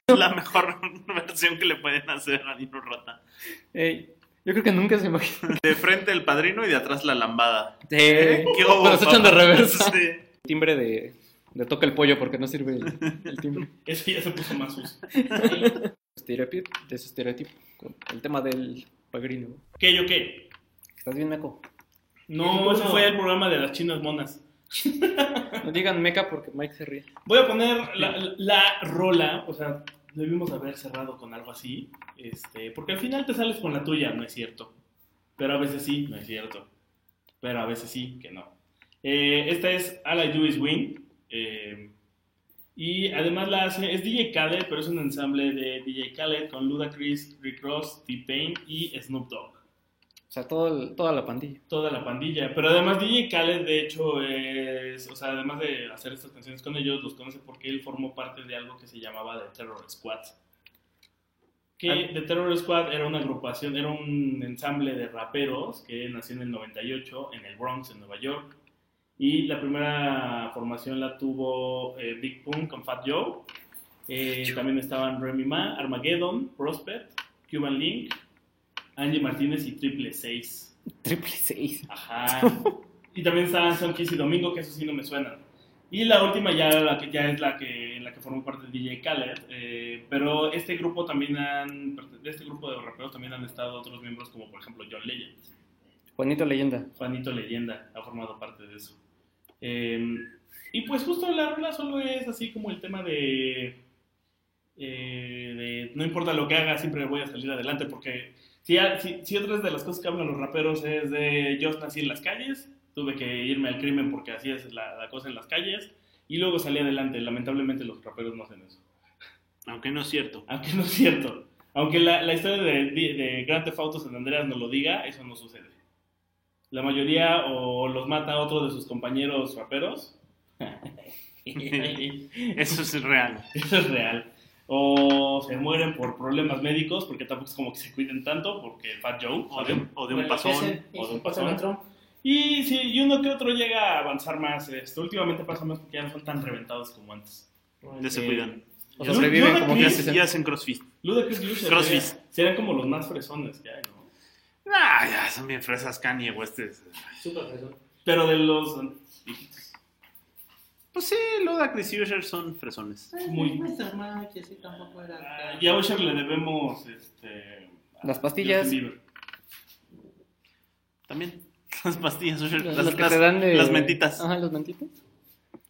Es la mejor versión que le pueden hacer a Nino Rota.
Ey, yo creo que nunca se imaginó.
De frente el padrino y de atrás la lambada.
Eh,
¿Qué hubo,
Pero se echan de
papá?
reversa.
Sí.
El timbre de, de toca el pollo porque no sirve el, el timbre.
Eso ya se puso más sucio.
Estereotipo, de su estereotipo. con El tema del pagrino.
¿Qué, yo qué?
Estás bien, Meco.
No, ese fue el programa de las chinas monas.
No digan meca porque Mike se ríe.
Voy a poner la, la rola, o sea, debimos haber cerrado con algo así, este, porque al final te sales con la tuya, no es cierto. Pero a veces sí, no es cierto. Pero a veces sí, que no. Eh, esta es All I Do Is Win. eh, y además la hace, es DJ Khaled, pero es un ensamble de DJ Khaled con Ludacris, Rick Ross, T-Pain y Snoop Dogg.
O sea, todo el- toda la pandilla.
Toda la pandilla. Pero además DJ Khaled, de hecho, es, o sea, además de hacer estas canciones con ellos, los conoce porque él formó parte de algo que se llamaba The Terror Squad. Que
Ah.
The Terror Squad era una agrupación, era un ensamble de raperos que nació en el 98 en el Bronx, en Nueva York. Y la primera formación la tuvo eh, Big Pun con Fat Joe. Eh, también estaban Remy Ma, Armageddon, Prospect, Cuban Link, Angie Martínez y Triple 6.
Triple seis.
Ajá. Y también estaban Son Kiss y Domingo, que eso sí no me suena. Y la última ya, la que, ya es la que, en la que formó parte de DJ Khaled. eh, pero este grupo también han, de este grupo de raperos también han estado otros miembros como por ejemplo John Legend.
Juanito Leyenda.
Juanito Leyenda ha formado parte de eso. Eh, y pues justo la rola solo es así como el tema de, eh, de no importa lo que haga, siempre voy a salir adelante porque si, si, si otras de las cosas que hablan los raperos es de yo nací en las calles, tuve que irme al crimen porque así es la, la cosa en las calles y luego salí adelante. Lamentablemente los raperos no hacen eso.
Aunque no es cierto.
Aunque no es cierto. Aunque la, la historia de, de Grand Theft Auto San Andreas nos lo diga, eso no sucede. La mayoría o los mata otro de sus compañeros raperos. eso
Eso es real.
es real. O se mueren por problemas médicos, porque tampoco es como que se cuiden tanto, porque Fat Joe.
O de, o de
Bueno,
un pasón.
ese-
o de un
ese
pasón.
pasa Trump.
Y sí, y uno que otro llega a avanzar más. Este, últimamente pasa más porque ya no son tan reventados como antes.
Ya se
Eh,
cuidan.
O
Yo-
sobreviven
yo
como
aquí-
que
Y,
ya
hacen-
y hacen crossfit.
Ludacris y Usher
Crossfit.
serían- serían como los más fresones que hay, ¿no?
Ah, ya, son bien fresas Kanye West. es-
Súper fresón.
Pero de los viejitos.
Pues sí, Ludacris y Usher son fresones.
Muy-
Mr. Mike, así tampoco era.
Ah, Y a Usher le debemos este, a
Las pastillas.
Justin Bieber.
También. Las pastillas, Usher.
Las,
Las,
las que
las-
te dan de...
las mentitas.
Ajá, las mentitas.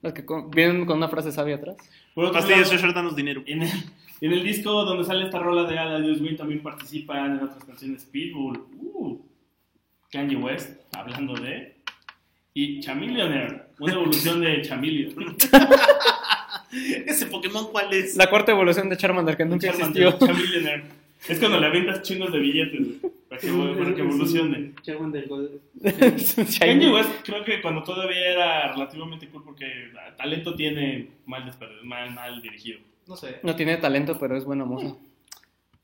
Las que con- vienen con una frase sabia atrás.
Por otro
Pastillas,
lado,
Usher, danos dinero.
en, el, en el disco donde sale esta rola de Ala Dios Win también participan en otras canciones Pitbull, uh, Kanye West, hablando de. Y Chamillionaire, una evolución de Chameleon.
¿Ese Pokémon cuál es?
La cuarta evolución de Charmander que nunca
Charmander,
existió.
Charmillionaire. Es cuando le aventas chingos de billetes güey, para que, para que evolucione.
Charmander Gold.
Kanye
Shiny.
West creo que cuando todavía era relativamente cool porque ah, talento tiene mal, desper- mal, mal dirigido.
No sé.
No tiene talento, pero es buena moza.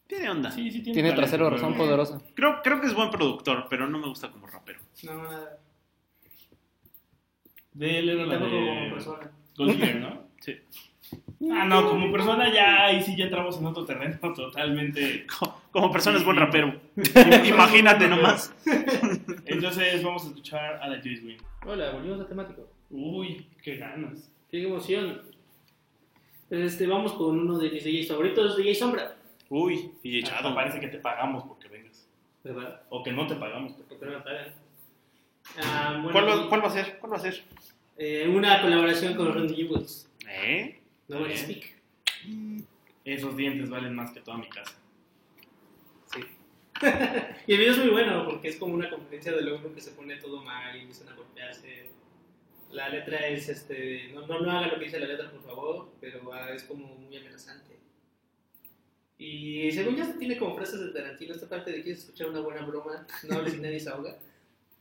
Tiene onda.
Sí, sí tiene,
Tiene
talento,
trasero
pero-
razón
eh.
poderosa.
Creo, creo que es buen productor, pero no me gusta como rapero.
No, nada.
De él era la
Tampoco como
de
persona.
Gold Digger, ¿no?
Sí.
Ah, no, como persona ya ahí sí ya entramos en otro terreno totalmente.
Co- Como persona es buen
Sí.
rapero. Imagínate nomás.
Entonces vamos a escuchar a la Juice WIN
Hola, volvimos a temático.
Uy, qué ganas.
¡Qué emoción! Este, vamos con uno de mis DJs favoritos, DJ Sombra.
Uy, y
Hasta
echado.
Ah, parece que te pagamos porque vengas.
¿Verdad?
O que no te pagamos. porque-
Porque no me pagan. Ah, bueno,
¿Cuál va,
y,
cuál va a ser? ¿Cuál va a ser?
eh, una colaboración con Randy Jewels.
¿Eh?
No voy a
Bien.
speak.
Esos dientes valen más que toda mi casa.
Sí. y el video es muy bueno porque es como una competencia de logro que se pone todo mal y empiezan a golpearse. La letra es, este, no, no, no haga lo que dice la letra, por favor, pero ah, es como muy amenazante. Y según ya tiene como frases de Tarantino, esta parte de quieres escuchar una buena broma, no hables y nadie se ahoga.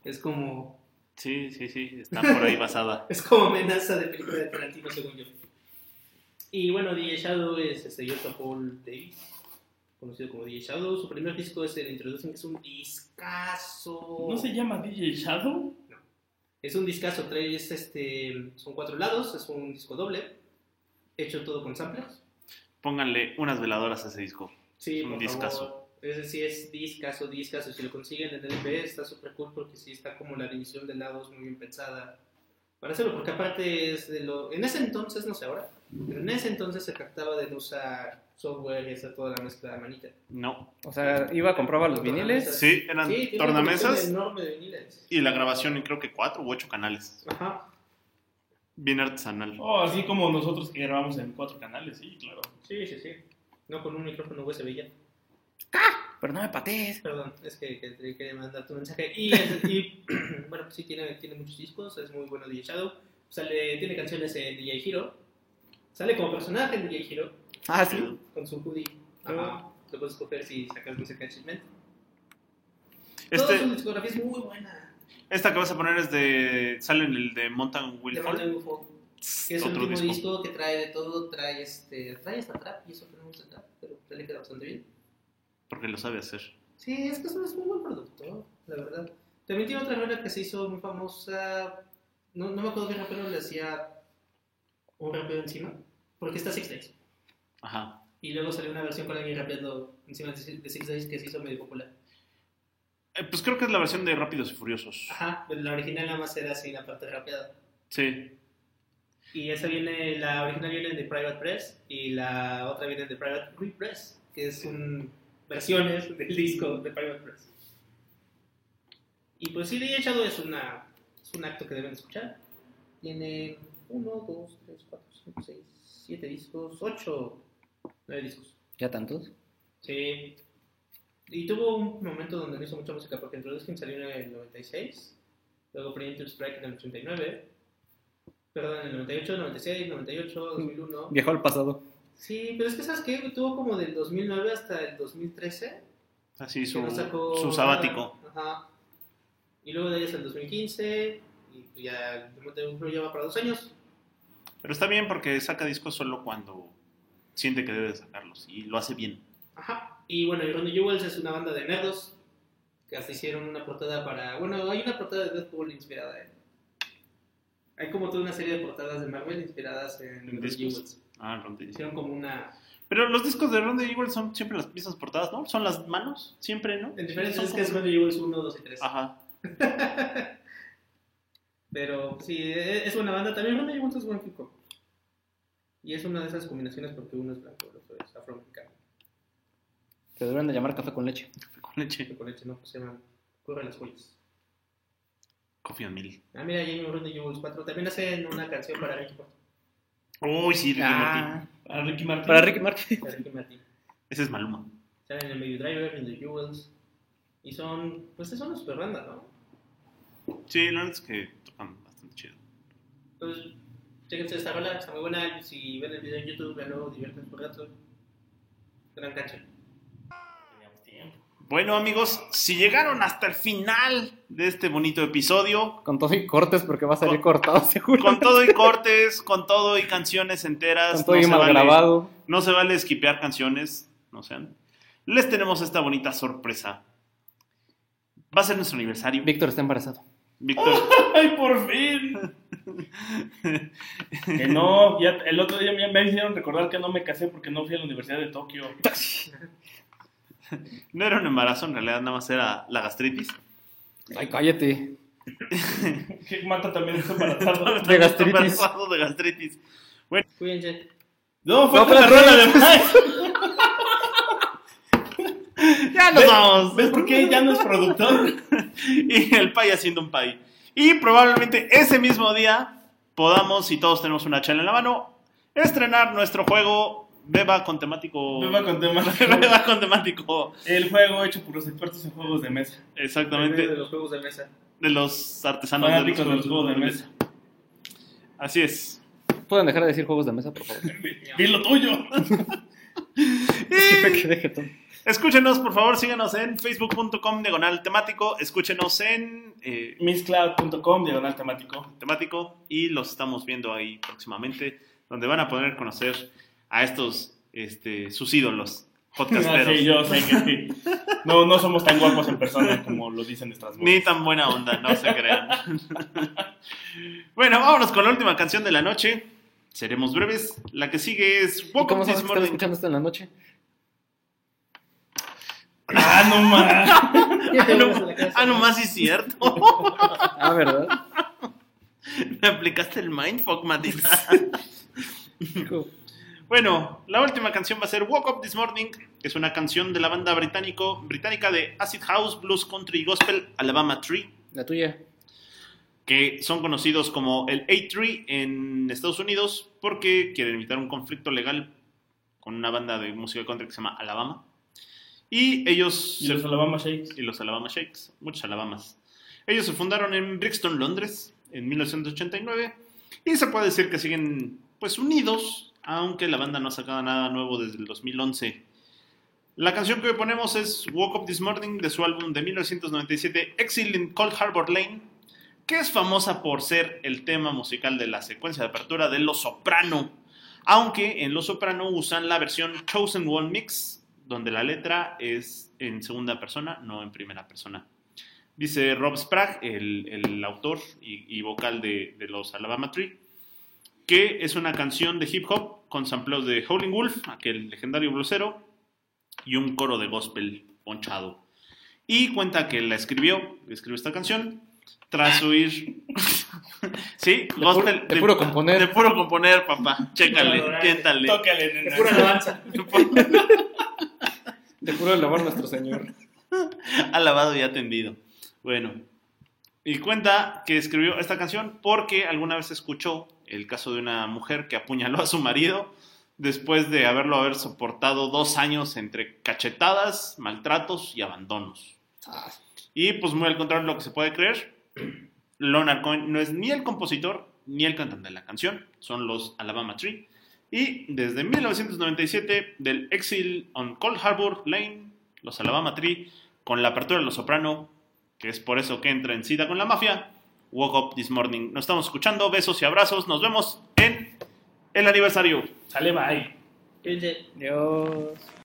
Es como,
Sí, sí, sí. Está por ahí basada.
es como amenaza de película de Tarantino, según yo. Y bueno, DJ Shadow es este, Jota Paul Davis, conocido como DJ Shadow. Su primer disco es el Introducing, que es un discazo.
¿No se llama DJ Shadow?
Es un discazo, tres, este, son cuatro lados, es un disco doble, hecho todo con samplers.
Pónganle unas veladoras a ese disco.
Sí,
Es un
por
discazo.
favor. Ese sí es discazo, discazo. Si lo consiguen en LP está súper cool porque sí está como la división de lados muy bien pensada. Para hacerlo, porque aparte es de lo... En ese entonces, no sé ahora, pero en ese entonces se captaba de no usar software y hacer toda la mezcla de manita.
No.
O sea, iba, compraba los viniles.
Sí, eran
Sí, tiene una colección
tornamesas
enorme de viniles.
y la grabación en creo que cuatro u ocho canales.
Ajá,
Bien artesanal.
Oh, así como nosotros que grabamos en cuatro canales, sí, claro.
sí, sí, sí. No con un micrófono USB ya.
Pero no me patees.
Perdón, es que, que te quería mandar tu mensaje. Y, es- y, bueno, pues sí, tiene, tiene muchos discos, es muy bueno DJ Shadow. Sale, tiene canciones en DJ Hero. Sale como personaje en DJ Hero,
Ah, sí.
con su hoodie. Ajá. Lo puedes escoger si sacas música de Chismet. Toda su
Este,
discografía es muy buena.
esta que vas a poner es de. Sale en el de Mountain
De
Will Fall.
Mountain UFO. Que es el
Otro
último
disco.
disco. que trae de todo, trae este, trae hasta trap, y eso que no me gusta el trap, pero se le queda bastante bien.
Porque lo sabe hacer.
Sí, es que es un es un buen producto, la verdad. También tiene otra rola que se hizo muy famosa. No, no me acuerdo qué rapero le hacía un rapeo encima, porque está Six Days.
Ajá.
Y luego salió una versión con alguien rapeando encima de Six de Six Days que se hizo medio popular.
Eh, pues creo que es la versión de Rápidos y Furiosos.
Ajá, pero la original nada más era así, la parte rapeada.
Sí.
Y esa viene, la original viene de Private Press y la otra viene de Private Repress, que es un versiones del disco de Private Press. Y pues sí, DJ Shadow es, una, es un acto que deben escuchar. Tiene 1, 2, 3, 4, 5, 6, 7 discos, 8, 9 discos.
Ya tantos.
Sí. Y tuvo un momento donde no hizo mucha música porque Introducing salió en el 96, luego Preemptive Strike en el 89, perdón, en el 98, 96,
Mm.
98, 2001.
Viajó al pasado.
Sí, pero es que sabes que tuvo como del 2009 hasta el 2013.
Así
que
su,
no sacó
su
nada.
sabático.
Ajá. Y luego de ahí hasta el 2015, y ya el Club ya va para dos años.
Pero está bien porque saca discos solo cuando siente que debe de sacarlos. Y lo hace bien.
Ajá. Y bueno, y Ronnie Jewels es una banda de nerdos que hasta hicieron una portada para. Bueno, hay una portada de Deadpool inspirada en. Hay como toda una serie de portadas de Marvel inspiradas en
En
Ronnie
discos.
Jewels.
Ah, Ron Davis.
Hicieron como una.
Pero los discos de Ronda Eagle son siempre las mismas portadas, ¿no? Son las manos, siempre, ¿no?
En diferencia
Son
es que es
como-
Ronnie Jewels 1, 2 y 3.
Ajá.
Pero sí, e- es una banda. También Ronnie Jewels es buen hip hop. Y es una de esas combinaciones porque uno es blanco, el otro es afroamericano.
Te deberían de llamar café con leche.
Con leche.
Que con leche no, pues se llaman. Corre las joyas.
Coffee and Milk.
Ah, mira, ya hay un Ronnie Jewels 4. También hacen una canción para Ricky Martin.
Uy, sí, Ricky
Ah.
Martin.
Para Ricky Martin.
Ah. Para Ricky Martin.
Para Ricky Martin.
Ese es Maluma.
Salen en el Baby Driver, en The Jewels. Y son, pues son una super banda, ¿no?
Sí, la verdad es que tocan bastante chido.
Pues, Chéquense esta rola, está muy buena. Si ven el video en YouTube, véanlo, divierten por rato. Gran canción.
Teníamos tiempo.
Bueno, amigos, si llegaron hasta el final de este bonito episodio,
Con todo y cortes, porque va a salir
Con-
cortado seguro.
con todo y cortes, con todo y canciones enteras,
Con todo y
se
mal
vale-
grabado.
no se vale esquipear canciones, no sean. Les tenemos esta bonita sorpresa. Va a ser nuestro aniversario.
Víctor está embarazado.
Víctor,
¡Ay, por fin! que no, ya, el otro día me, me hicieron recordar que no me casé porque no fui a la Universidad de Tokio.
no era un embarazo, en realidad nada más era la gastritis.
Ay, cállate.
Que Mata también está embarazado.
De gastritis.
Embarazado de gastritis.
Cuídense.
No, fue
No,
la
pero-
rola de Mike.
Ya nos vamos.
¿Ves por qué ya no es productor?
y el pay haciendo un pay. Y probablemente ese mismo día podamos, si todos tenemos una chela en la mano, estrenar nuestro juego Beba con temático.
No me conté más.
Beba con temático.
El juego hecho por los expertos en juegos de mesa.
De
Exactamente.
los juegos de mesa.
De los
Ah,
artesanos de los
Fanáticos de los juegos de mesa.
Así es.
¿Pueden dejar de decir juegos de mesa, por favor?
¡Y lo tuyo!
Sí, me quedé jetón.
Escúchenos, por favor, síganos en facebook.com diagonal temático. Escúchenos en eh,
MissCloud.com, diagonal temático.
temático y los estamos viendo ahí próximamente, donde van a poder conocer a estos, este, sus ídolos,
Ah,
podcasteros.
sí, yo sé que sí. No, no somos tan guapos en persona como lo dicen nuestras voces.
Ni tan buena onda, no se crean. bueno, vámonos con la última canción de la noche. Seremos breves. La que sigue es
¿Y
Woke
cómo
Up
sabes que
This
están
Morning.
escuchando esto en la noche?
Ah, no más.
Ah, no, ah, no más, sí es cierto.
Ah, ¿verdad?
Me aplicaste el mindfuck, maldita.
Hijo.
Bueno, la última canción va a ser Woke Up This Morning. que Es una canción de la banda británico, británica de Acid House, Blues Country y Gospel, Alabama Tree.
La tuya.
que son conocidos como el A3 en Estados Unidos porque quieren evitar un conflicto legal con una banda de música country que se llama Alabama. Y ellos...
Y los Alabama Shakes.
y los Alabama Shakes, muchos Alabamas. Ellos se fundaron en Brixton, Londres, en 1989 y se puede decir que siguen pues unidos, aunque la banda no ha sacado nada nuevo desde el 2011. La canción que hoy ponemos es Woke Up This Morning de su álbum de 1997, Exil in Cold Harbor Lane, que es famosa por ser el tema musical de la secuencia de apertura de Los Soprano, aunque en Los Soprano usan la versión Chosen One Mix, donde la letra es en segunda persona, no en primera persona. Dice Rob Sprague, el, el autor y, y vocal de, de los Alabama Tree, que es una canción de hip hop con sampleos de Howling Wolf, aquel legendario blusero, y un coro de gospel ponchado. Y cuenta que la escribió, escribió esta canción, tras oír... sí,
puro-
gospel...
de puro componer.
De puro componer, papá. Chécale,
Órale.
tiéntale.
Tócale, nena.
Es pura alabanza.
Te juro de lavar nuestro señor.
Alabado y atendido. Bueno, y cuenta que escribió esta canción porque alguna vez escuchó el caso de una mujer que apuñaló a su marido después de haberlo haber soportado dos años entre cachetadas, maltratos y abandonos.
Ah,
Y pues muy al contrario de lo que se puede creer, Leonard Cohen no es ni el compositor ni el cantante de la canción, son los Alabama Tree. Y desde 1997, del Exil on Cold Harbor Lane, los Alabama Tree, con la apertura de Los Soprano, que es por eso que entra en cita con la mafia, Woke Up This Morning. Nos estamos escuchando, besos y abrazos, nos vemos en el aniversario.
Sale, bye.
Cuídense.
Dios.